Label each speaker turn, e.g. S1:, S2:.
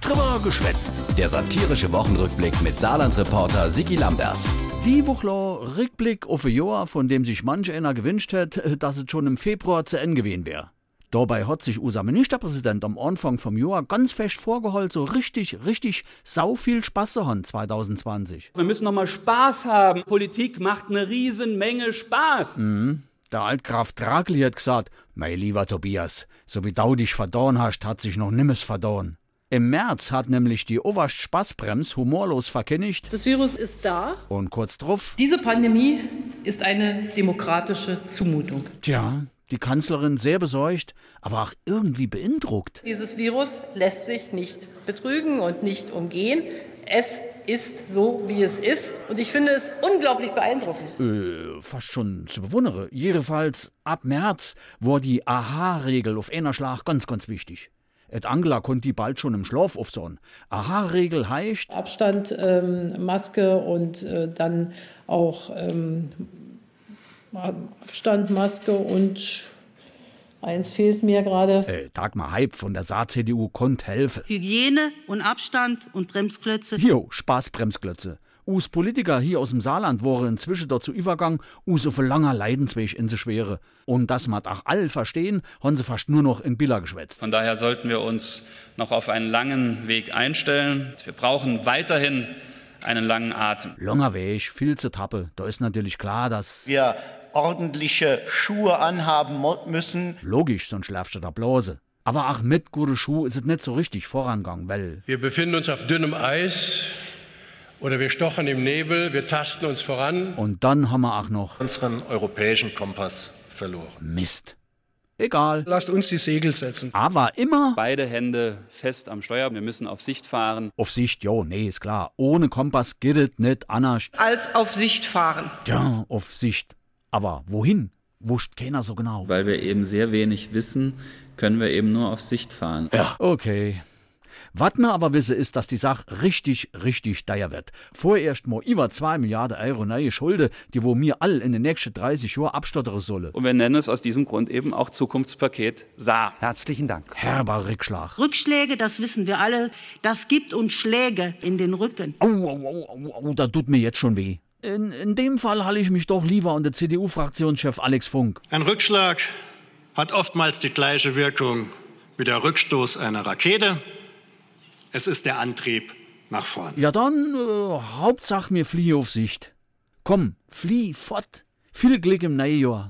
S1: Trimmer geschwätzt. Der satirische Wochenrückblick mit Saarland-Reporter Sigi Lambert.
S2: Die Buchler Rückblick auf ein Jahr, von dem sich manch einer gewünscht hätte, dass es schon im Februar zu Ende gewesen wäre. Dabei hat sich unser Ministerpräsident am Anfang vom Jahr ganz fest vorgeholt, so richtig, richtig sau viel Spaß zu haben 2020.
S3: Wir müssen nochmal Spaß haben. Politik macht eine Riesenmenge Spaß.
S2: Der Altgraf Dragli hat gesagt, mein lieber Tobias, so wie du dich verdorn hast, hat sich noch nimmes verdorn. Im März hat nämlich die Oberst Spaßbrems humorlos verkündigt
S4: Das Virus ist da.
S2: und kurz drauf
S4: Diese Pandemie ist eine demokratische Zumutung.
S2: Tja, die Kanzlerin sehr besorgt, aber auch irgendwie beeindruckt.
S4: Dieses Virus lässt sich nicht betrügen und nicht umgehen. Es ist so, wie es ist. Und ich finde es unglaublich beeindruckend.
S2: Äh, fast schon zu bewundere. Jedenfalls ab März war die Aha-Regel auf einer Schlag ganz, ganz wichtig. Et Angela konnte die bald schon im Schlaf aufsauen. Aha-Regel heißt,
S5: Abstand, ähm, Maske und äh, dann auch ähm, Abstand, Maske und eins fehlt mir gerade.
S2: äh, Dagmar Hype von der Saar-CDU konnte helfen.
S6: Hygiene und Abstand und Bremsklötze.
S2: Jo, Spaßbremsklötze. Us Politiker hier aus dem Saarland waren inzwischen dazu übergegangen, us auf langer Leidensweg in sie schwere. Und das mat auch all verstehen, haben sie fast nur noch in Billa geschwätzt.
S7: Von daher sollten wir uns noch auf einen langen Weg einstellen. Wir brauchen weiterhin einen langen Atem.
S2: Langer Weg, viel zu tappe. Da ist natürlich klar, dass
S8: wir ordentliche Schuhe anhaben mo- müssen.
S2: Logisch, sonst schläfst du da Blase. Aber auch mit gute Schuhe ist es nicht so richtig vorangegangen, weil
S9: Wir befinden uns auf dünnem Eis oder wir stochern im Nebel, wir tasten uns voran.
S2: und dann haben wir auch noch
S10: unseren europäischen Kompass verloren.
S2: Mist. Egal.
S11: Lasst uns die Segel setzen.
S2: Aber immer
S3: Beide Hände fest am Steuer. Wir müssen auf Sicht fahren.
S2: auf Sicht, jo, nee, ist klar. Ohne Kompass geht es nicht anders.
S6: Als auf Sicht fahren.
S2: Ja, auf Sicht. Aber wohin? Wusst keiner so genau.
S7: Weil wir eben sehr wenig wissen, können wir eben nur auf Sicht fahren.
S2: Okay. Was man aber wisse, ist, dass die Sache richtig, richtig teuer wird. Vorerst mal über 2 Milliarden Euro neue Schulden, die wo mir all in den nächsten 30 Jahren abstottern solle.
S3: Und wir nennen es aus diesem Grund eben auch Zukunftspaket Saar.
S10: Herzlichen Dank.
S2: Herber Rückschlag.
S6: Rückschläge, das wissen wir alle, das gibt uns Schläge in den Rücken.
S2: Au, au, au, au, au, da tut mir jetzt schon weh. In, in dem Fall halle ich mich doch lieber an den CDU-Fraktionschef Alex Funk.
S11: Ein Rückschlag hat oftmals die gleiche Wirkung wie der Rückstoß einer Rakete. Es ist der Antrieb nach vorn.
S2: Ja dann, äh, Hauptsache mir flieh auf Sicht. Komm, flieh fort. Viel Glück im neuen Jahr.